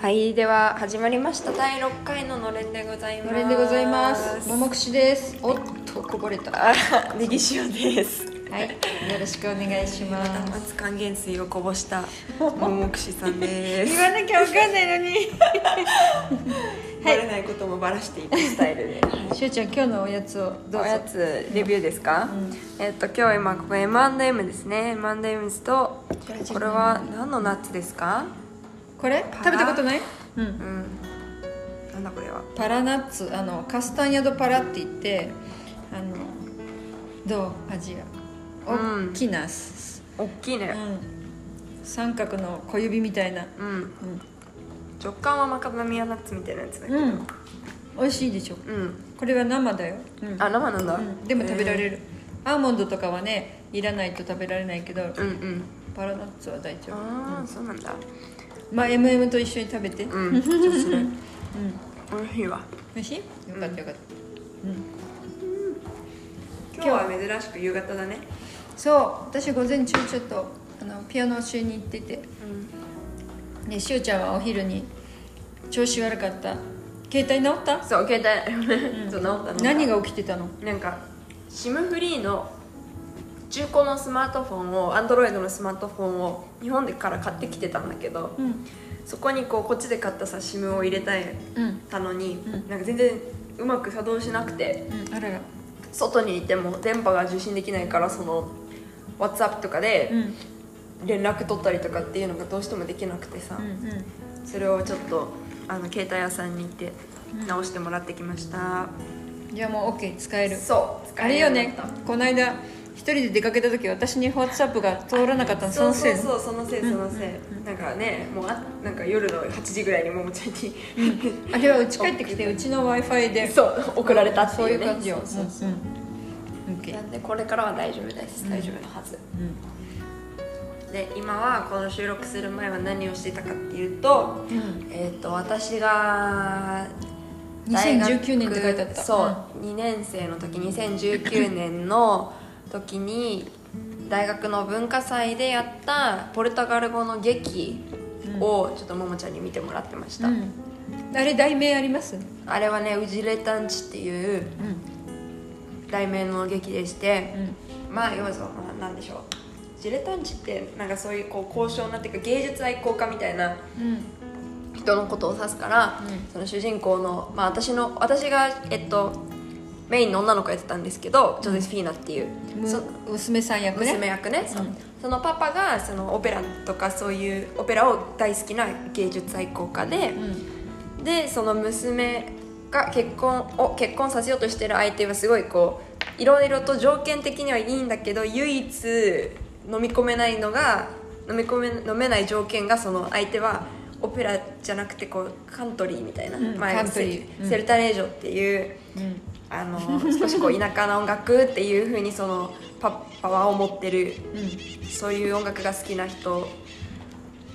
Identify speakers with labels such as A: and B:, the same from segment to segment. A: はい、では始まりました第六回ののれんでございます。
B: のれんでございます。ももくしです。おっと、こぼれた。は
A: あら、ネギ塩です。
B: い、よろしくお願いしま
A: また
B: す。
A: 夏還元水をこぼ した桃串さんです。
B: 言わなきゃわかんないのに。
A: バレないこともバラしていくスタイル で。
B: しゅうちゃん、今日のおやつをどう
A: お
B: ぞ
A: や。つレビューですか、
B: うん
A: えっと今日今ここ M&M ですね M&M とこれは何のナッツですか
B: これ
A: パラ
B: 食べたことないうん
A: う。んなんだこれは
B: パラナッツ、あの、カスタニャドパラって言って、あの、どう味が。
A: う
B: お
A: ん
B: っきな、す
A: 大きいね
B: うん三角の小指みたいな。
A: うん
B: うん。
A: 直感はマカダミアナッツみたいなやつだけど
B: うん。美味しいでしょ。
A: うん、
B: これは生だよ。うん
A: あ生なんだ、
B: うんでも食べられる、アーモンドとかはねいらないと食べられないけど、
A: えーうんうん
B: パラナッツは大丈夫
A: ああ、そうなんだ
B: まあ MM と一緒に食べて、うん、
A: うんそうする美味しいわ
B: 美味しいよかったよかった、うん
A: 今日は珍しく夕方だね
B: そう私午前中ちょっとあのピアノを習いに行っててでしおちゃんはお昼に調子悪かった携帯治った
A: そう携帯 そう治ったの
B: 何が起きてたの
A: なんか SIM フリーの中古のスマートフォンを Android のスマートフォンを日本でから買ってきてたんだけど、
B: うん
A: そこにこうこっちで買ったさ SIM を入れたい
B: うん、
A: たのに、
B: うん
A: なんか全然うまく作動しなくて
B: うん、あらら
A: 外にいても電波が受信できないからその WhatsApp とか
B: うん
A: で
B: うん
A: 連絡取ったりとかっていうのがどうしてもできなくてさ、
B: うん
A: それをちょっとあの携帯屋さんに行って直してもらってきました、
B: じゃあもう OK 使える
A: そう
B: あれよねこの間一人で出かけた時私に WhatsApp が通らなかったのそ
A: そ
B: の
A: う
B: せ
A: そ
B: いう
A: そうそのせいそのせい、なんかねもうあなんか夜の8時ぐらいにももちゃんに、
B: あれはうち帰ってきてうちの w i f i で
A: そう送られたって
B: そう
A: い、
B: いうう
A: ね、
B: 感じよ
A: そうそうそう、
B: うんうん OK
A: なんでこれからは大丈夫です、大丈夫のはず
B: うん
A: で今はこの収録する前は何をしてたかっていうと、
B: うん
A: えっ、と私が
B: 2019年って書いてあった
A: そう、2年生の時2019年の時に大学の文化祭でやったポルトガル語の劇をちょっとももちゃんに見てもらってました、
B: うんあれ題名あります
A: あれはね「ウジレタンチ」っていう
B: うん
A: 題名の劇でして
B: う、ん
A: まあ要はそのなんでしょうジレタンチってなんかそういうこう高尚なっていうか芸術愛好家みたいな
B: うん
A: 人のことを指すから、
B: うん
A: その主人公の、まあ、私の私が、えっと、メインの女の子やってたんですけどジョゼフィーナっていう、
B: む
A: そ
B: 娘さん役ね
A: 娘役ね、そう
B: うん
A: そのパパがそのオペラとかそういうオペラを大好きな芸術愛好家で、
B: うん
A: でその娘が結婚を結婚させようとしてる相手はすごいこういろいろと条件的にはいいんだけど唯一飲み込めないのが飲み込め飲めない条件がその相手はオペラじゃなくてこうカントリーみたいな、
B: うん
A: まあ
B: カントリー
A: セ
B: うん
A: セルタレージョっていう
B: うん
A: あの少しこう田舎の音楽っていうふうにそのパパワーを持ってる
B: うん
A: そういう音楽が好きな人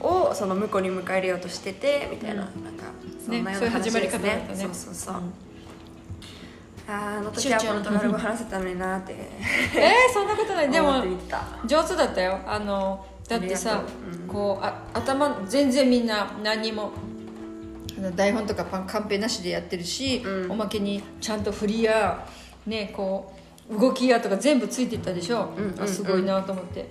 A: をその向こうに迎え入れようとしててみたいな,、なんかそんなような話ですね
B: ねそういう始まり方だったね
A: そうそうそう、
B: うん
A: あーあの時は
B: しゅうち
A: ポ
B: ゃん
A: ルトガル語話せたのになって
B: えーそんなこ とない で
A: 思
B: も
A: って見てた
B: 上手だったよあのだってさ
A: ありがとううん
B: こうあ頭全然みんな何もあの台本とかパンカンペなしでやってるし、
A: うん
B: おまけにちゃんと振りやねこう動きやとか全部ついてったでしょ、
A: うんうんうん
B: あすごいなと思って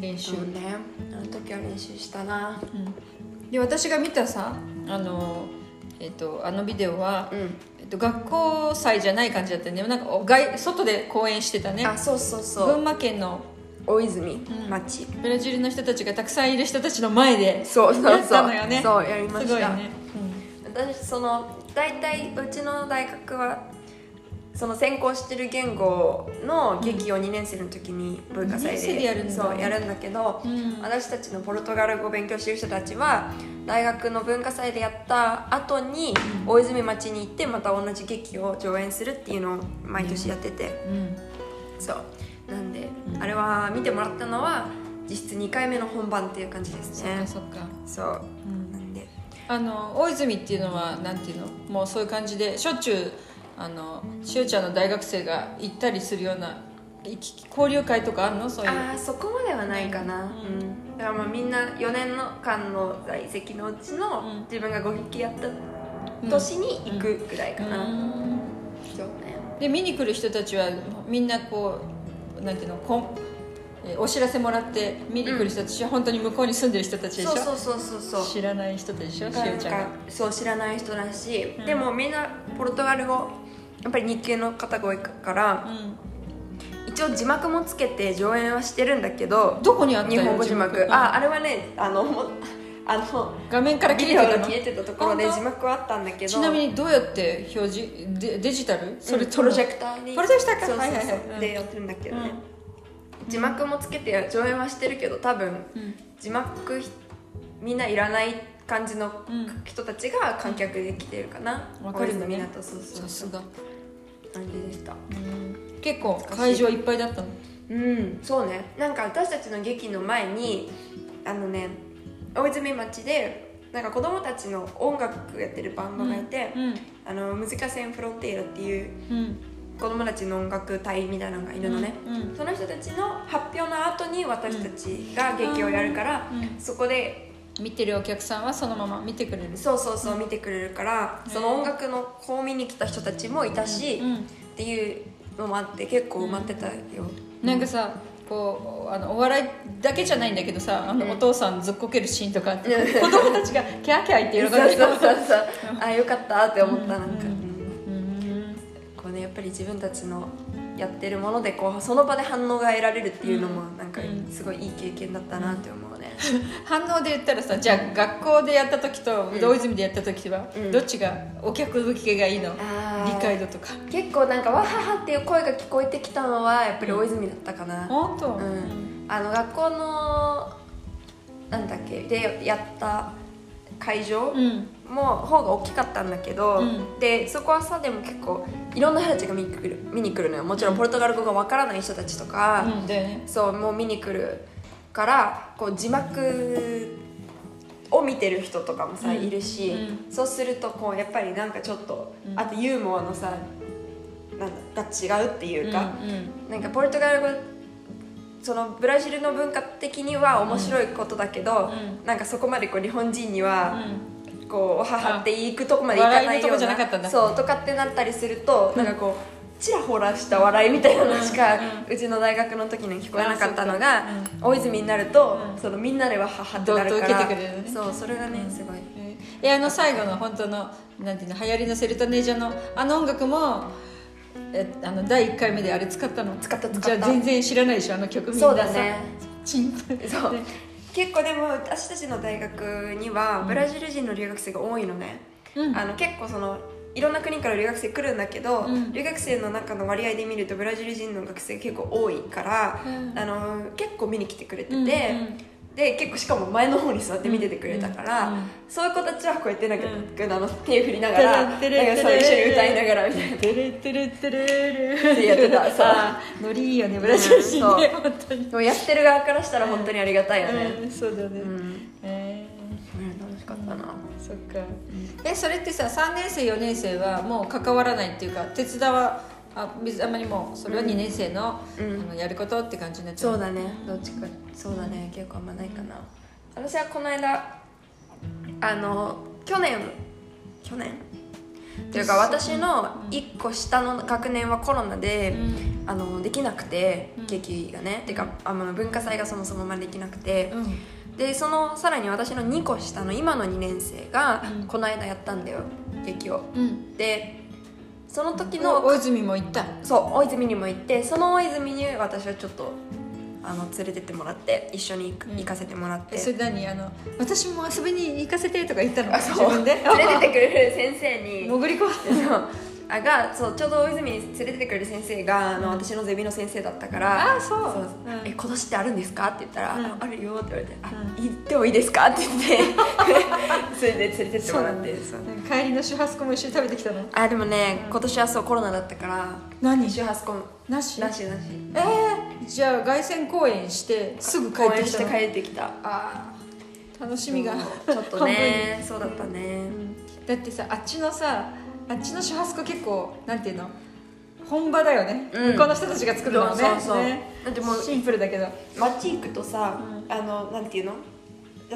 B: 練習、
A: そうねあの時は練習したな
B: うんで私が見たさあの,、えっとあのビデオは、
A: うん
B: えっと学校祭じゃない感じだったよねなんかお外外で公演してたね
A: あそうそうそ
B: 群
A: う
B: 馬県の
A: 大泉町、
B: ブラジルの人たちがたくさんいる人たちの前で
A: そうそうそう
B: やったのよね
A: そうやりました
B: すごいね、
A: 私その大体うちの大学はその専攻してる言語の劇を2年生の時に文化祭
B: 二年生でやるんだ
A: そうやるんだけど、
B: うん
A: 私たちのポルトガル語を勉強してる人たちは大学の文化祭でやった後に大泉町に行ってまた同じ劇を上演するっていうのを毎年やってて、
B: うんうん
A: そうなんで、
B: うん
A: あれは見てもらったのは実質2回目の本番っていう感じです
B: そっ
A: ね
B: かそっか、
A: そう
B: う、
A: なんんで
B: あの大泉っていうのはなんていうのもうそういう感じでしょっちゅうあのしおちゃんの大学生が行ったりするような行き交流会とかあんのそういう
A: ああそこまではないいかな、うんだからまあみんな4年の間の在籍のうち
B: うん
A: の自分が5匹やった年に行くぐらいかな、
B: そう
A: ね
B: で見に来る人たちはみんなこうなんていうのこんえーお知らせもらって見に来る人たちは本当に向こうに住んでる人たちでしょ、
A: そうそうそうそうそう
B: 知らない人でしょし
A: な
B: お
A: ん
B: ちゃんが
A: かそう知らない人だし、
B: うん
A: でもみんなポルトガル語やっぱり日系の方が多いから一応字幕もつけて上演はしてるんだけ
B: う
A: ど
B: ん、どこにあった
A: 日
B: よ
A: 本語字幕
B: うん
A: ああれはねあのもうあの
B: 画面から
A: ビ
B: 消え
A: デオが
B: てたの
A: 消えてたところで
B: 本当
A: 字幕はあったんだけど
B: ちなみにどうやって表示デデジタルそれ
A: うん
B: と
A: プ
B: も
A: ロジェクターに
B: プロジェクターか
A: そうそうそう
B: はいはいはい
A: でやってるんだけどね、
B: うん
A: 字幕もつけて上演はしてるけど多分
B: うん
A: 字幕ひみんないらない感じの
B: うん
A: 人たちが観客で来てるかな、
B: わかるよね
A: 大泉とそうそ
B: さ
A: うそ
B: す
A: う
B: が、
A: 感じでした
B: うん結構会場いっぱいだったの
A: うんそうねなんか私たちの劇の前にあのね大泉町でなんか子供たちの音楽やってるバンドがいて、
B: うん
A: あのムズカセンフロンテイロっていう
B: うん
A: 子供たちの音楽隊みたいなのがいるのね、
B: うんうん
A: その人たちの発表の後に私たちが劇をやるから、
B: うん
A: そこで
B: 見てるお客さんはそのまま見てくれる
A: そうそうそう見てくれるから、
B: うん
A: その音楽の子を見に来た人たちもいたし、
B: うん
A: っていうのもあって結構埋まってたよ、
B: なんかさこうあのお笑いだけじゃないんだけどさあの、
A: うん
B: お父さんずっこけるシーンとかあって、
A: うん
B: 子供たちがキャーキャー言って喜
A: そ
B: ん
A: う
B: で
A: そうそ
B: る
A: うそうあよかったって思った、なんか、うん
B: うんうん
A: こうねやっぱり自分たちのやってるものでこうその場で反応が得られるっていうのもなんか
B: うん
A: すごいいい経験だったなって思うね、
B: 反応で言ったらさじゃあ学校でやった時と
A: ん
B: 大泉でやった時は、
A: うん
B: どっちがお客向けがいいの
A: あー
B: 理解度とか
A: 結構なんか「わはは」っていう声が聞こえてきたのはやっぱり大泉だったかな、
B: 本当、
A: うんあの学校のなんだっけでやった会場
B: うんうん
A: も方が大きかったんだけど、
B: うん
A: でそこはさでも結構いろんな人たちが見に来る見に来るのよもちろんポルトガル語がわからない人たちとか、
B: うんだよね
A: そうもう見に来るからこう字幕を見てる人とかもさ、
B: うん
A: いるし、
B: う
A: そうするとこうやっぱりなんかちょっと、
B: うん
A: あとユーモアのさなんが違うっていうか、
B: うんうん
A: なんかポルトガル語そのブラジルの文化的には面白いことだけど、
B: う
A: なんかそこまでこう日本人に
B: う
A: は、
B: ん
A: こうお母って行くとこまで行かないよう
B: 笑いのとこじゃなかったんだ
A: なそうとかってなったりすると、なんかこうちらほらした笑いみたいなのしか、うちの大学の時に聞こえなかったのが
B: あ、
A: 大泉になると、
B: うん
A: そのみんなでは母ってなるか
B: どっ
A: ら
B: と受けてくれるね
A: そうそれがねすごい。
B: えあの最後の本当のなんていうの流行りのセルタネージャのあの音楽もえあの第1回目であれ使ったの
A: 使った使った
B: じゃあ全然知らないでしょあの曲みんな
A: そ
B: さ
A: うだね
B: チンプ
A: そう結構でも私たちの大学にはブラジル人の留学生が多いのね、
B: うん
A: あの結構そのいろんな国から留学生来るんだけど、
B: うん
A: 留学生の中の割合で見るとブラジル人の学生結構多いから、
B: うん
A: あの結構見に来てくれてて、
B: うんうん
A: で結構しかも前の方に座って見ててくれたから、
B: うんうん
A: そういう子たちはこうやってなんか、
B: う
A: あの手振りながらなんかそう
B: テレテレテレ
A: 一緒に歌いながらみたいな。
B: テレテレテレル
A: ってやってたそう
B: あーノリいいよねブラジル人ね、本当に
A: でもやってる側からしたら本当にありがたいよね、
B: うんそうだね、
A: ん
B: え
A: うん楽しかったな
B: ーそっかえそれってさ3年生4年生はもう関わらないっていうか手伝わあ水あまりもうそれは2年生の,、
A: うん
B: あのやることって感じになっちゃう
A: そうだねどっちかそうだね結構あんまないかな私はこの間あの去年去年というか私の1個下の学年はコロナで、
B: うん
A: あのできなくて
B: うん
A: 劇がね、てかあの文化祭がそもそもまでできなくて
B: う、ん
A: でそのさらに私の2個下の今の2年生が
B: うん
A: この間やったんだよ劇を
B: うん
A: でその時の
B: 大泉も行った
A: そう大泉にも行ってその大泉に私はちょっとあの連れてってもらって一緒に行く
B: うん
A: 行かせてもらって、
B: えそれ何あの私も遊びに行かせてとか言ったの
A: あ
B: 自
A: そう
B: 分で
A: 連れてってくれる先生に
B: 潜り込ん
A: そうあがそうちょうど大泉に連れてってくれる先生があの私のゼミの先生だったから「
B: あそう
A: そう
B: うん
A: え今年ってあるんですか?」って言ったら「
B: うん
A: ああるよ」って言われて「あ
B: う
A: 行ってもいいですか?」って言って それで連れてってもらってそう
B: で帰りのシュハスコも一緒に食べてきたの
A: あでもね今年はそうコロナだったから
B: 何
A: 周波数コン
B: なし
A: なしなし
B: えー、じゃあ凱旋公演してすぐ帰っ
A: 公
B: て
A: 演
B: き
A: したて
B: の
A: 帰ってきた
B: あー楽しみが
A: そうちょっと ねそうだったね、
B: だってさあっちのさあっちのシュハスコ結構なんていうの本場だよね、
A: うん
B: 向こうの人たちが作るのはね
A: そうそうそう
B: ね
A: だってもう
B: シンプルだけど
A: 街行くとさ、あのなんていうの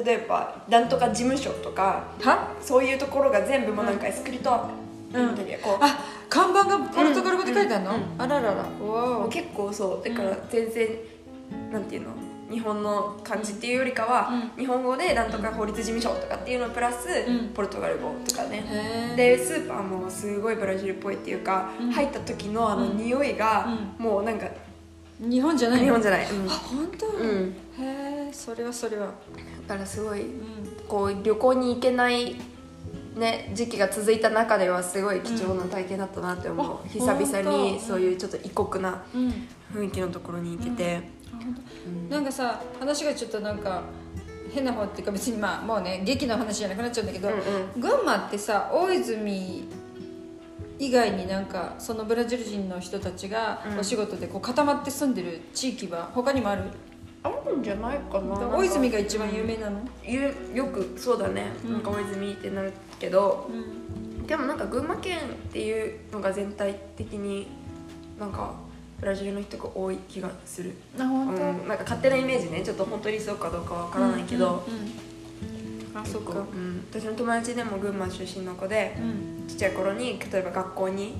A: 例えばなんとか事務所とか
B: は
A: そういうところが全部もうなんかスクリートアップ、
B: うん
A: なんていうのこう
B: あ看板がポルトガル語で書いてあるの、
A: うん
B: あららら
A: も
B: わ
A: う結構そうだから全然、なんていうの日本の漢字っていうよりかは、
B: う
A: 日本語でなんとか法律事務所とかっていうのプラス、
B: うん
A: ポルトガル語とかね、
B: へ
A: で
B: え
A: スーパーもすごいブラジルっぽいっていうか、
B: うん
A: 入った時のあの匂いが、もうなんか
B: 日本じゃないの
A: 日本じゃない、うん
B: あ本当、
A: うん
B: へえそれはそれは
A: だからすごい
B: うん
A: こう旅行に行けない、ね、時期が続いた中ではすごい貴重な体験だったなって思う、
B: うんあ
A: 久々
B: 本
A: に
B: 当
A: そういうちょっと異国な
B: うん
A: 雰囲気のところに行けて、うん
B: なんかさ話がちょっとなんか変な方っていうか別にまあもうね劇の話じゃなくなっちゃうんだけど、
A: うん
B: 群馬ってさ大泉以外になんかそのブラジル人の人たちが
A: うん
B: お仕事でこう固まって住んでる地域は他にもある、
A: あるんじゃないかな
B: 大泉が一番有名なの、
A: ゆよくそうだね、
B: うん
A: なんか大泉ってなるけど
B: うん
A: でもなんか群馬県っていうのが全体的になんかブラジルの人が多い気がする、
B: あ
A: うん、
B: 本当、
A: なんか勝手なイメージねちょっと本当にそうかどうかわからないけど、
B: うんうんうんあそ
A: そ
B: っ
A: う
B: か
A: か、うん、私の友達でも群馬出身の子で
B: うん
A: ちっちゃい頃に例えば学校に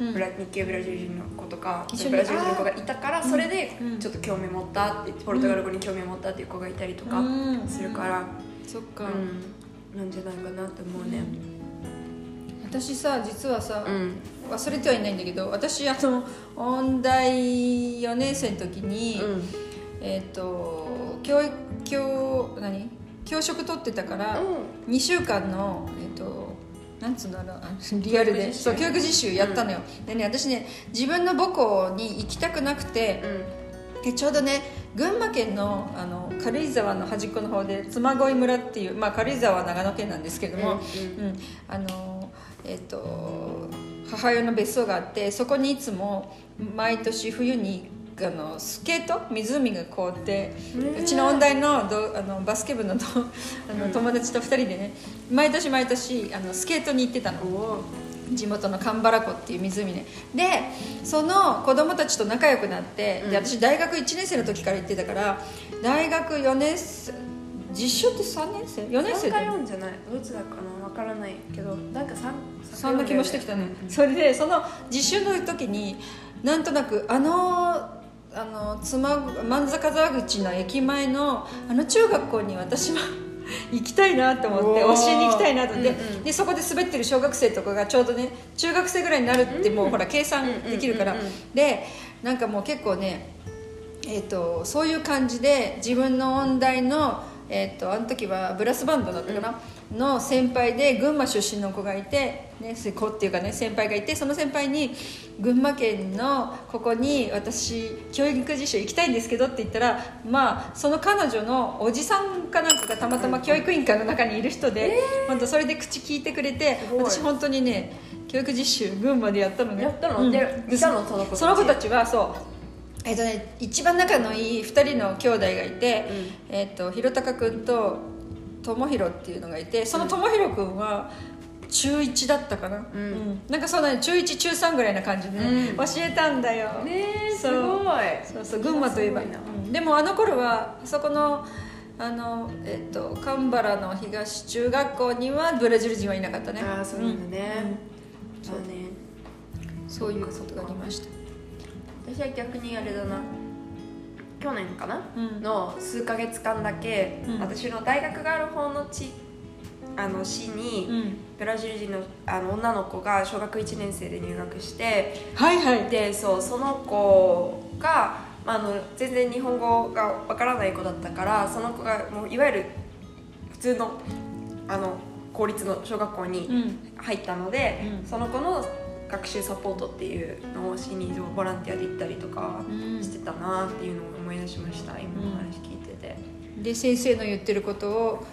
B: うん
A: ブラ、日系ブラジル人の子とか
B: 一緒に
A: ブラジル人の子がいたからそれで
B: うん
A: ちょっと興味持ったってポルトガル語に興味持ったっていう子がいたりとか
B: うん
A: するから、
B: そっ
A: う
B: か、
A: んなんじゃないかなと思うね。
B: 私さ実はさ、
A: うん
B: 忘れてはいないんだけど私あの音大4年生の時に、
A: うん
B: えっ、と教育教何教職取ってたから、2週間のえっ、となんつうんだ ろうあのリアル
A: 教育
B: で
A: 実習
B: そう教育実習やったのよ、でね私ね自分の母校に行きたくなくてでちょうどね群馬県のあの軽井沢の端っこの方で嬬恋村っていう、まあ、軽井沢は長野県なんですけども、
A: うん
B: うんあのえっと母親の別荘があってそこにいつも毎年冬にあのスケート湖が凍って
A: うん
B: うちの音大のどあのバスケ部のどあの友達と2人でね毎年毎年あのスケートに行ってたの。
A: おー
B: 地元の蒲原湖っていう湖ねでその子供たちと仲良くなって、
A: うん
B: で私大学1年生の時から行ってたから大学4年生実習って3年生4年
A: 三
B: 生だ
A: か
B: よね
A: 四じゃないどっちだかなわからないけどなんか三
B: そんな気もしてきたね、
A: うん
B: それでその実習の時になんとなくあのあの妻万坂沢口の駅前のあの中学校に私は 行きたいなと思って
A: おー
B: 教えに行きたいなと思って、
A: うんうん
B: でそこで滑ってる小学生とかがちょうどね中学生ぐらいになるってもうほら計算できるから、
A: うんうんうんうん
B: でなんかもう結構ねえー、とそういう感じで自分の音大の、えー、とあの時はブラスバンドだったかな、の先輩で群馬出身の子がいて、ね、す子っていうかね先輩がいてその先輩に「群馬県のここに私教育実習行きたいんですけど」って言ったらまあその彼女のおじさんかなんかがたまたま教育委員会の中にいる人で、本当それで口聞いてくれて
A: すごい
B: 私本当にね教育実習群馬でやったのね
A: やったの
B: うん
A: でいたのその子たち
B: その子たちはそうえっ、とね一番仲のいい2人の兄弟がいて、えっ、とひろたかくんとともひろっていうのがいてそのともひろくんは中1だったかな、
A: うん
B: なんかそんな中1中3ぐらいな感じでね、
A: うん
B: 教えたんだよ
A: ねえす
B: そ
A: ごい
B: うそうそう群馬といえば
A: すごいな
B: うんでもあの頃はあそこのあのえっ、と神原の東中学校にはブラジル人はいなかったね
A: ああそうなんだね、そうね
B: うんそういうことがありました
A: 私は逆にあれだな去年かな、
B: うん
A: の数ヶ月間だけ、
B: うん
A: 私の大学がある方の地あの市に、
B: うん
A: ブラジル人のあの女の子が小学1年生で入学して
B: はいはい
A: でそうその子が、まあ、あの全然日本語がわからない子だったからその子がもういわゆる普通のあの公立の小学校に、
B: うん
A: 入ったので、
B: うん
A: その子の学習サポートっていうのをしにボランティアで行ったりとか
B: うん
A: してたなっていうのを思い出しました今の話聞いてて、
B: で先生の言ってることを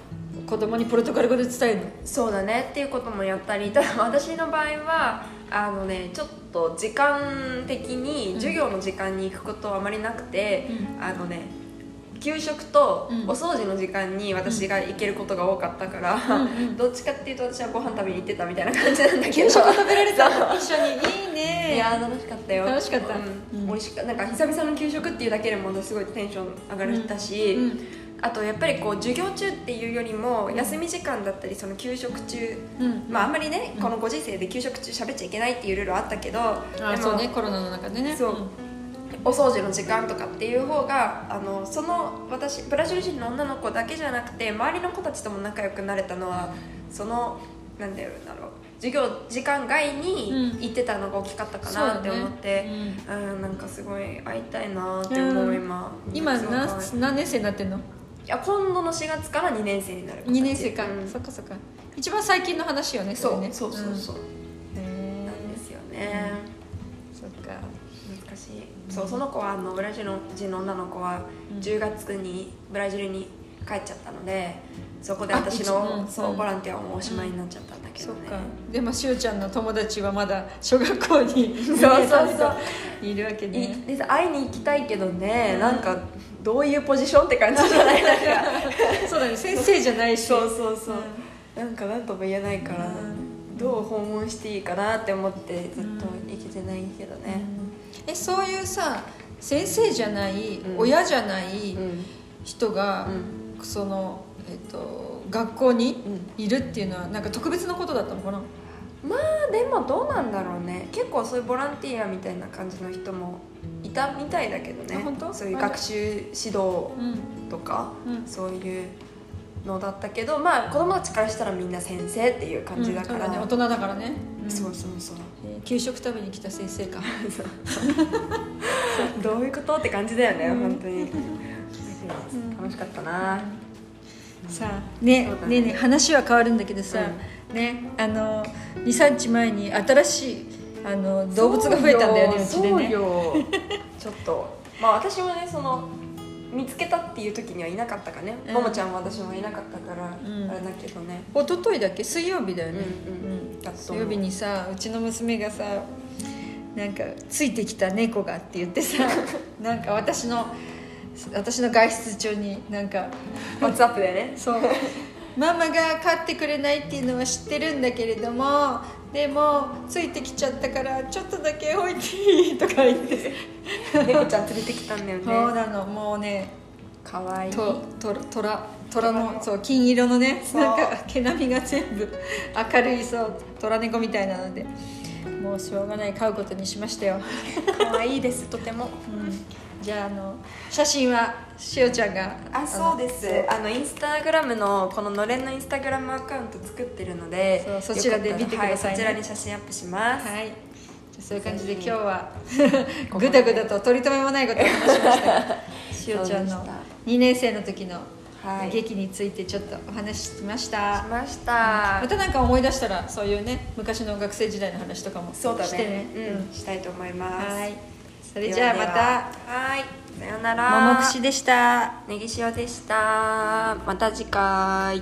B: 子供にポルトガル語で伝える の
A: そうだねっていうこともやったりただ私の場合はあのねちょっと時間的に
B: うん
A: 授業の時間に行くことはあまりなくて、あのね給食と
B: うん
A: お掃除の時間に私が行けることが多かったから、 どっちかっていうと私はご飯食べに行ってたみたいな感じなんだけど
B: 給食食べられた
A: そう
B: 一緒にいいね
A: いやー楽しかったよ
B: 楽しかった
A: うん
B: うん
A: 美味しかなんか久々の給食っていうだけでもすごいテンション上がったし、
B: うん
A: あとやっぱりこう授業中っていうよりも休み時間だったりその給食中、
B: うん
A: まああんまりね、
B: うん
A: このご時世で給食中喋っちゃいけないっていうルールはあったけど
B: あ
A: でも
B: そうねコロナの中でね
A: そうお掃除の時間とかっていう方があのその私ブラジル人の女の子だけじゃなくて周りの子たちとも仲良くなれたのはそのなんだろう授業時間外に
B: うん
A: 行ってたのが大きかったか
B: そうだ
A: な
B: ね
A: って思って、うんなんかすごい会いたいなって思う今、
B: 今
A: すごい
B: 何何年生になってんの
A: いや今度の4月から2年生になる
B: 2年生か、
A: うん
B: そっかそっか一番最近の話よね
A: そう
B: れね
A: そうそうそう、
B: うん
A: な
B: へ
A: んで
B: え
A: すよね、
B: そっか
A: 難しいそうその子はあのブラジル人の女の子は
B: うん
A: 10月にブラジルに帰っちゃったのでそこで
B: あ
A: 私
B: 一
A: の
B: うん
A: そう
B: うん
A: ボランティアもおしまいになっちゃったんだけ
B: そ
A: ど
B: っ
A: ね
B: かでもしおちゃんの友達はまだ小学校に
A: そうそうそう
B: いるわけ
A: い
B: ね
A: で会いに行きたいけどね、
B: うん
A: なんかどういうポジションって感じじゃない
B: そうだね先生じゃないし
A: そうそうそう、
B: う
A: な
B: ん
A: んか何とも言えないから、
B: うん
A: どう訪問していいかなって思ってずっと行けてないけどね、
B: えそういうさ先生じゃない、
A: うん
B: 親じゃない
A: うん
B: 人が、そのえっと学校に
A: うん
B: いるっていうのはなんか特別なことだったのかな
A: まあでもどうなんだろうね結構そういうボランティアみたいな感じの人もいたみたいだけどね
B: あ本当
A: そういう学習指導
B: うん
A: とか、
B: うん
A: そういうのだったけどまあ子供たちからしたらみんな先生っていう感じだから、
B: うんそうね大人だからね、ん
A: そうそうそう
B: えー給食食べに来た先生か
A: どういうことって感じだよね、
B: うん
A: 本当 に
B: うん
A: 楽しかったな、
B: さあね
A: そうだ
B: ね
A: ね
B: ね話は変わるんだけどさ、ねあの23日前に新しいあの動物が増えたんだよねうち
A: そう
B: で
A: よ
B: ね
A: そうよ ちょっとまあ私もねその見つけたっていう時にはいなかったかね、
B: うん
A: ももちゃんも私もいなかったから、
B: うん
A: あれだけどね
B: 一昨日だっけ水曜日だよね、
A: うんうんだと
B: 水
A: 思う
B: 曜日にさうちの娘がさなんかついてきた猫がって言って さなんか私の私の外出中になんか
A: ワッツアップで ね
B: そうママが飼ってくれないっていうのは知ってるんだけれどもでもついてきちゃったからちょっとだけ置いていいとか言って
A: 猫ちゃん連れてきたんだよ
B: そう
A: ね
B: なのもうね
A: かわいい
B: とと虎虎のそう金色のね
A: そう
B: なんか毛並みが全部明るいそう虎猫みたいなのでもうしょうがない飼うことにしましたよ、
A: かわいいですとても
B: うんじゃああの写真はしおちゃんが
A: あそうですあのインスタグラムのこののれんのインスタグラムアカウント作ってるので
B: そうそちらで見てくださいね
A: よかったらはそちらに写真アップします、
B: はい。じゃあそういう感じで
A: ぜ
B: 今
A: ひ
B: 日は
A: ここ
B: ぐ
A: で
B: だぐだと取り留めもないことを話しました がしおちゃん
A: そ
B: の
A: うでした
B: 2年生の時の
A: はい
B: 劇についてちょっとお話ししました、
A: しました
B: またなんか思い出したらそういうね昔の学生時代の話とかもして
A: そうだね
B: ね
A: うん、したいと思い
B: うん
A: ます
B: はいそれじゃあまた
A: たはいさよなら
B: ももくしでした
A: ねぎしおでしたまた次回